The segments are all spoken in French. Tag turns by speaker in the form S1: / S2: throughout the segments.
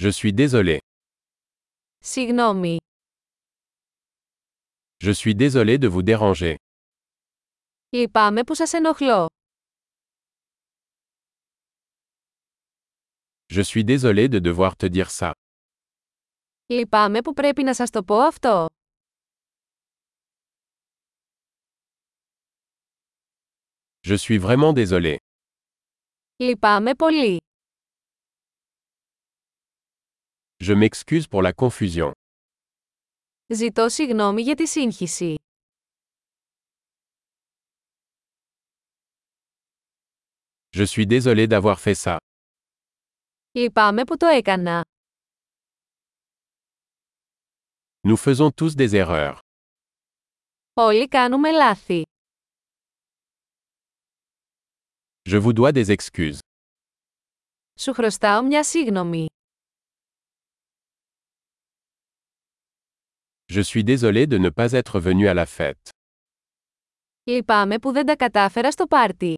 S1: Je suis désolé.
S2: Συγγνώμη.
S1: Je suis désolé de vous déranger.
S2: Λυπάμαι που σας ενοχλώ.
S1: Je suis désolé de devoir te dire ça.
S2: Λυπάμαι που πρέπει να σας το πω αυτό.
S1: Je suis vraiment désolé.
S2: Λυπάμαι πολύ.
S1: Je m'excuse pour la confusion.
S2: Ζητώ συγγνώμη για τη σύγχυση.
S1: Je suis désolé d'avoir fait ça.
S2: Λυπάμαι που το έκανα.
S1: Nous faisons tous des erreurs.
S2: Όλοι κάνουμε λάθη.
S1: Je vous dois des excuses.
S2: Σου χρωστάω μια σύγγνωμη.
S1: Je suis désolé de ne pas être venu à la fête.
S2: Λυπάμαι που δεν τα κατάφερα στο πάρτι.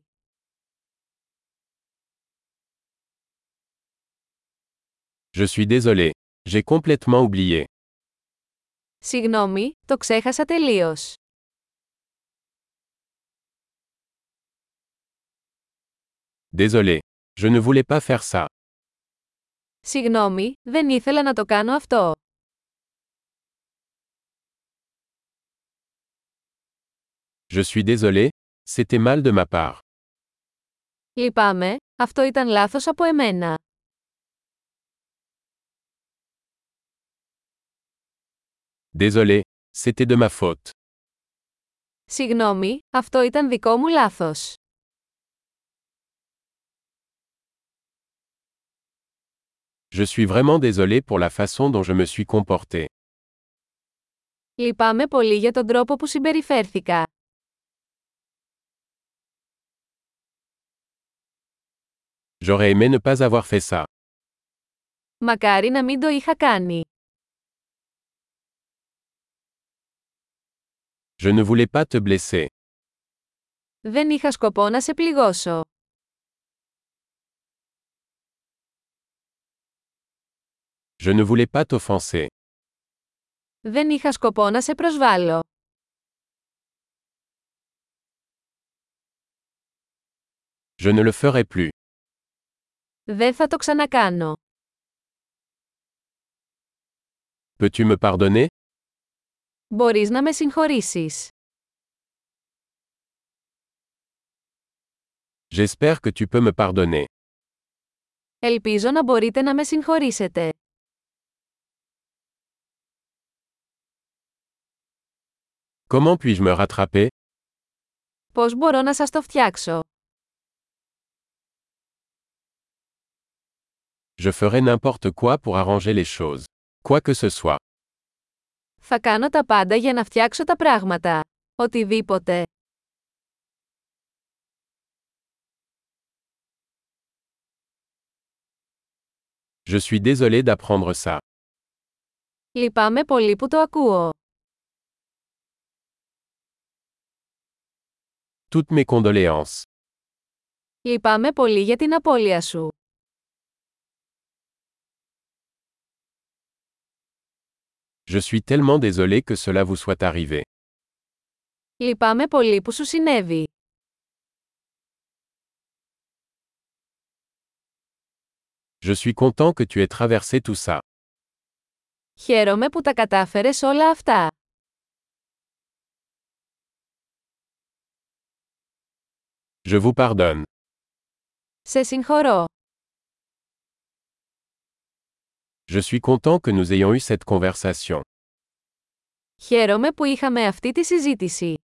S1: Je suis désolé. J'ai complètement oublié.
S2: Συγγνώμη, το ξέχασα τελείως.
S1: Désolé. Je ne voulais pas faire ça.
S2: Συγγνώμη, δεν ήθελα να το κάνω αυτό.
S1: Je suis désolé. C'était mal de ma part.
S2: Λυπάμαι, αυτό ήταν λάθος από εμένα.
S1: Désolé. C'était de ma faute.
S2: Συγγνώμη, αυτό ήταν δικό μου λάθος.
S1: Je suis vraiment désolé pour la façon dont je me suis comporté.
S2: Λυπάμαι πολύ για τον τρόπο που συμπεριφέρθηκα.
S1: J'aurais aimé ne pas avoir fait ça.
S2: Μακάρι να μην το είχα κάνει.
S1: Je ne voulais pas te blesser.
S2: Δεν είχα σκοπό να σε πληγώσω.
S1: Je ne voulais pas t'offenser.
S2: Δεν είχα σκοπό να σε προσβάλλω.
S1: Je ne le ferai plus.
S2: Δεν θα το ξανακάνω.
S1: Peux-tu me pardonner
S2: Μπορείς να με συγχωρήσεις.
S1: J'espère que tu peux me pardonner.
S2: Ελπίζω να μπορείτε να με συγχωρήσετε.
S1: Comment puis-je me rattraper
S2: Πώς μπορώ να σας το φτιάξω.
S1: Je ferai n'importe quoi pour arranger les choses. Quoi que ce soit.
S2: Θα κάνω τα πάντα για να φτιάξω τα πράγματα. Οτιδήποτε.
S1: Je suis désolé d'apprendre ça.
S2: Λυπάμαι πολύ που το ακούω.
S1: Toutes mes condoléances.
S2: Λυπάμαι πολύ για την απώλεια σου.
S1: Je suis tellement désolé que cela vous soit arrivé.
S2: Λυπάμαι πολύ που σου συνέβη.
S1: Je suis content que tu aies traversé tout ça.
S2: Χαίρομαι που τα κατάφερες όλα αυτά.
S1: Je vous pardonne.
S2: Σε συγχωρώ.
S1: Je suis content que nous ayons eu cette conversation.
S2: Χαίρομαι που είχαμε αυτή τη συζήτηση.